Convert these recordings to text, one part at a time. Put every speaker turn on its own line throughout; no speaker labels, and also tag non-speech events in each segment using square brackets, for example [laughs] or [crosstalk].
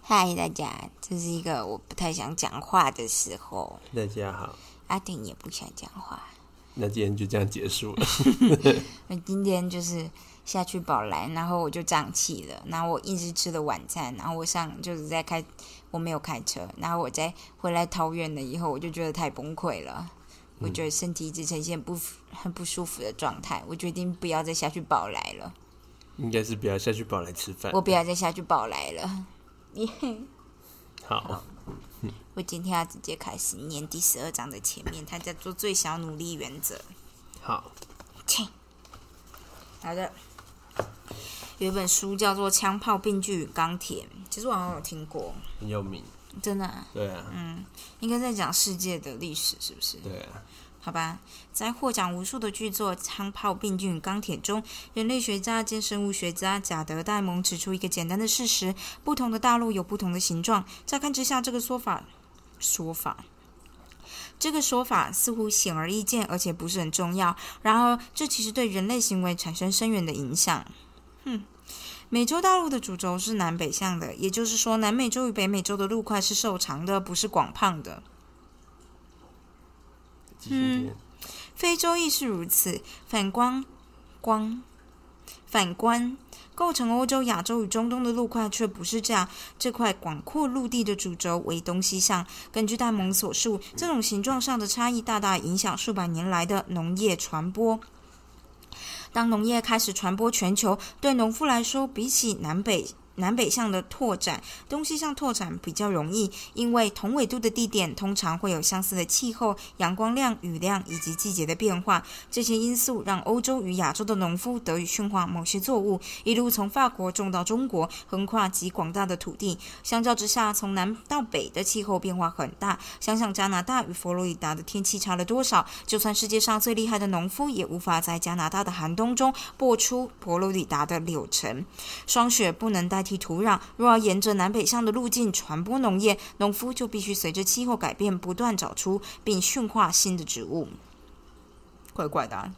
嗨，大家，这是一个我不太想讲话的时候，
大家好，
阿丁也不想讲话。
那今天就这样结束了。 [laughs]
我今天就是下去宝来，然后我就胀气了，然后我一直吃了晚餐，然后我上就是在开，我没有开车，然后我在回来桃园了以后，我就觉得太崩溃了，我觉得身体一直呈现不很不舒服的状态，我决定不要再下去宝来了，
应该是不要下去宝来吃饭。
我不要再下去宝来了。
好，
我今天要直接开始念第十二章的前面，它叫做最小努力原则。
好，
切。好的，有一本书叫做《枪炮、病菌与钢铁》，其实我好像有听过，
很有名。
真的啊、
对啊，
应该在讲世界的历史，是不是？
对啊，
好吧，在获奖无数的巨作《枪炮、病菌与钢铁》中，人类学家兼生物学家贾德·戴蒙指出一个简单的事实：不同的大陆有不同的形状。乍看之下，这个说法说法。这个说法似乎显而易见，而且不是很重要。然而，这其实对人类行为产生深远的影响。哼，美洲大陆的主轴是南北向的，也就是说，南美洲与北美洲的路块是瘦长的，不是广胖的。
继续念。
非洲亦是如此。反观光，反观构成欧洲、亚洲与中东的陆块却不是这样。这块广阔陆地的主轴为东西向。根据戴蒙所述，这种形状上的差异大大影响数百年来的农业传播。当农业开始传播全球，对农夫来说，比起南北南北向的拓展，东西向拓展比较容易，因为同纬度的地点通常会有相似的气候、阳光量、雨量以及季节的变化。这些因素让欧洲与亚洲的农夫得以驯化某些作物，一路从法国种到中国，横跨极广大的土地。相较之下，从南到北的气候变化很大。想想加拿大与佛罗里达的天气差了多少，就算世界上最厉害的农夫，也无法在加拿大的寒冬中播出佛罗里达的柳橙。霜雪不能代替土壤，若要沿着南北向的路径传播农业，农夫就必须随着气候改变不断找出并驯化新的植物。怪怪的、啊，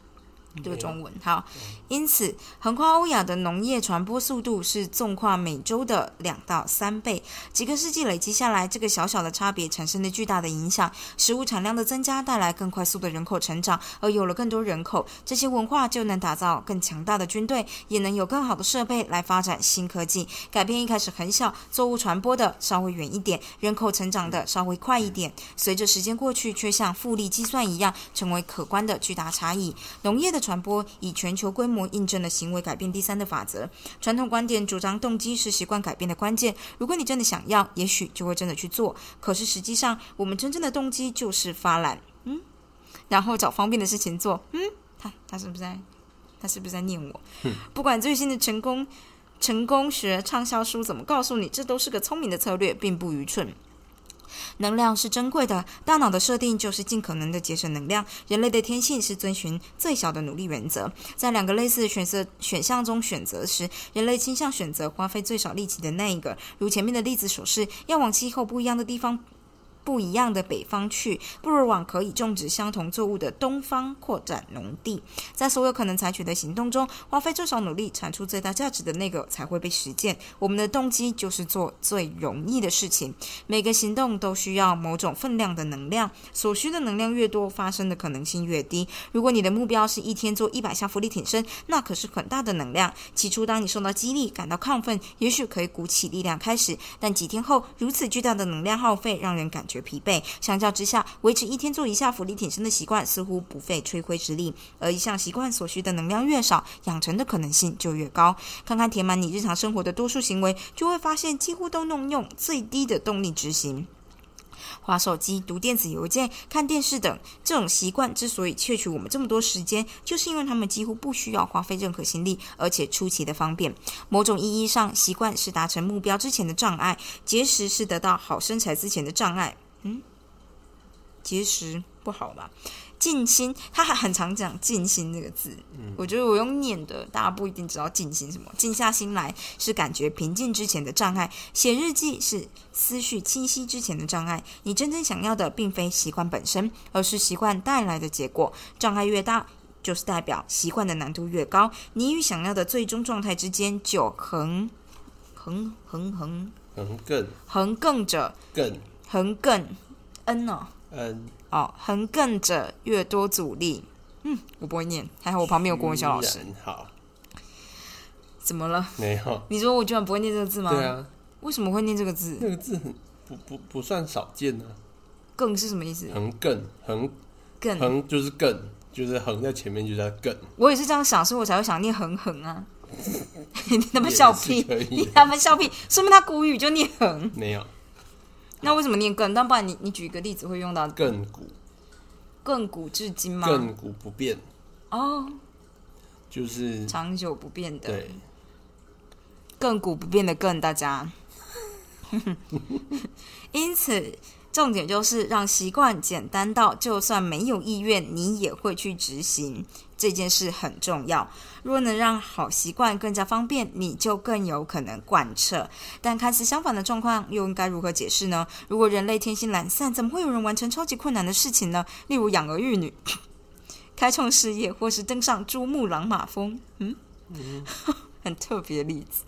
这个中文好。因此，横跨欧亚的农业传播速度是纵跨美洲的两到三倍。几个世纪累积下来，这个小小的差别产生了巨大的影响。食物产量的增加带来更快速的人口成长，而有了更多人口，这些文化就能打造更强大的军队，也能有更好的设备来发展新科技。改变一开始很小，作物传播的稍微远一点，人口成长的稍微快一点。随着时间过去，却像复利计算一样，成为可观的巨大差异。农业的传播以全球规模印证了行为改变第三的法则。传统观点主张动机是习惯改变的关键。如果你真的想要，也许就会真的去做。可是实际上，我们真正的动机就是发懒，嗯，然后找方便的事情做，嗯，他他是不是在他是不是在念我？不管最新的成功成功学畅销书怎么告诉你，这都是个聪明的策略，并不愚蠢。能量是珍贵的，大脑的设定就是尽可能的节省能量。人类的天性是遵循最小的努力原则，在两个类似的选择选项中选择时，人类倾向选择花费最少力气的那一个。如前面的例子所示，要往气候不一样的地方。不一样的北方去，不如往可以种植相同作物的东方扩展农地。在所有可能采取的行动中，花费最少努力、产出最大价值的那个才会被实践。我们的动机就是做最容易的事情。每个行动都需要某种分量的能量，所需的能量越多，发生的可能性越低。如果你的目标是一天做一百下浮力挺身，那可是很大的能量。起初，当你受到激励、感到亢奋，也许可以鼓起力量开始，但几天后，如此巨大的能量耗费让人感觉疲惫。相较之下，维持一天做一下浮力挺身的习惯似乎不费吹灰之力，而一项习惯所需的能量越少，养成的可能性就越高。看看填满你日常生活的多数行为，就会发现几乎都能用最低的动力执行。划手机、读电子邮件、看电视等这种习惯之所以窃取我们这么多时间，就是因为他们几乎不需要花费任何心力，而且出奇的方便。某种意义上，习惯是达成目标之前的障碍，节食是得到好身材之前的障碍。嗯，节食不好吧？静心，他还很常讲“静心”这个字，我觉得我用念的，大家不一定知道“静心”什么。静下心来是感觉平静之前的障碍，写日记是思绪清晰之前的障碍。你真正想要的，并非习惯本身，而是习惯带来的结果。障碍越大，就是代表习惯的难度越高。你与想要的最终状态之间就横横横横
横亘
横亘者，
亘
横亘，n 哦，
嗯，
哦，横亘者越多阻力。嗯，我不会念，还好我旁边有国文小老师。
居然好，
怎么了？
没有，
你说我居然不会念这个字吗？
对啊，
为什么会念这个字？
那个字很不不不算少见呢、啊。
更是什么意思？
横亘横
更，
横就是亘，就是横在前面就叫亘，
我也是这样想，所以我才会想念横横
[laughs]
啊。你他妈
也
笑
是
屁！
可以
你他妈笑屁！说明他古语就念横，
没有
那为什么念更？但不然你你举一个例子会用到
亘古
亘古至今吗？
亘古不变，
哦，
就是
长久不变的
对
亘古不变的亘，大家。 [laughs] 因此，重点就是让习惯简单到就算没有意愿，你也会去执行这件事很重要。若能让好习惯更加方便，你就更有可能贯彻。但看似相反的状况又应该如何解释呢？如果人类天性懒散，怎么会有人完成超级困难的事情呢？例如养儿育女、 [coughs] 开创事业，或是登上珠穆朗玛峰？嗯， [laughs] 很特别的例子。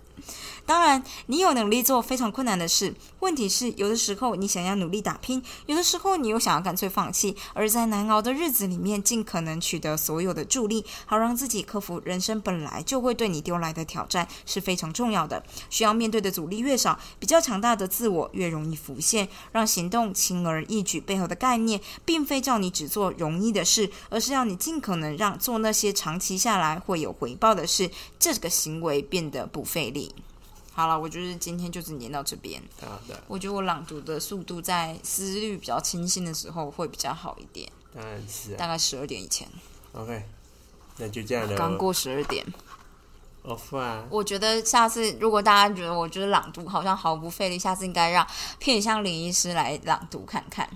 当然，你有能力做非常困难的事。问题是，有的时候你想要努力打拼，有的时候你又想要干脆放弃。而在难熬的日子里面，尽可能取得所有的助力，好让自己克服人生本来就会对你丢来的挑战，是非常重要的。需要面对的阻力越少，比较强大的自我越容易浮现，让行动轻而易举。背后的概念，并非叫你只做容易的事，而是要你尽可能让做那些长期下来会有回报的事，这个行为变得不费力。好了，我就是今天就只念到这边。
好的，
我觉得我朗读的速度在思虑比较清晰的时候会比较好一点，
当然是、啊、
大概十二点以前，
OK，那就这样了。
刚过十二点。
off 啊，
我觉得下次如果大家觉得我就是朗读好像毫不费力，下次应该让偏向林医师来朗读看看。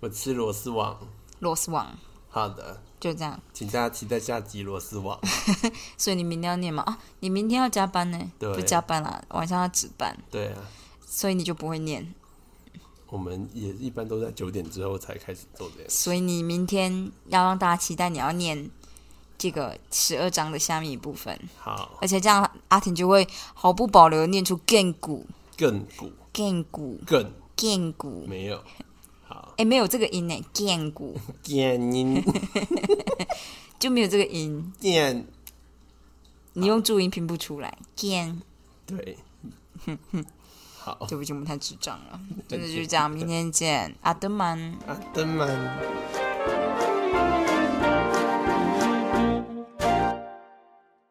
我吃螺丝网，
罗斯王
好的，
就这样，
请大家期待下集螺丝网。
所以你明天要念吗？啊，你明天要加班呢？
对
不加班啦，晚上要值班，
对啊，
所以你就不会念。
我们也一般都在九点之后才开始做这样。
所以你明天要让大家期待你要念这个十二章的下面一部分。
好，
而且这样阿婷就会毫不保留地念出更古、
亘古
更古、
亘
更古。
没有，
[laughs]
好，
哎，没有这个音呢，更
[laughs]
古
电音
就没有这个音，
电
你用注音拼不出来。更，
对，好， [laughs]
对不起，我们太智障了，真的就是这样。明天见，阿德曼。
啊阿登们。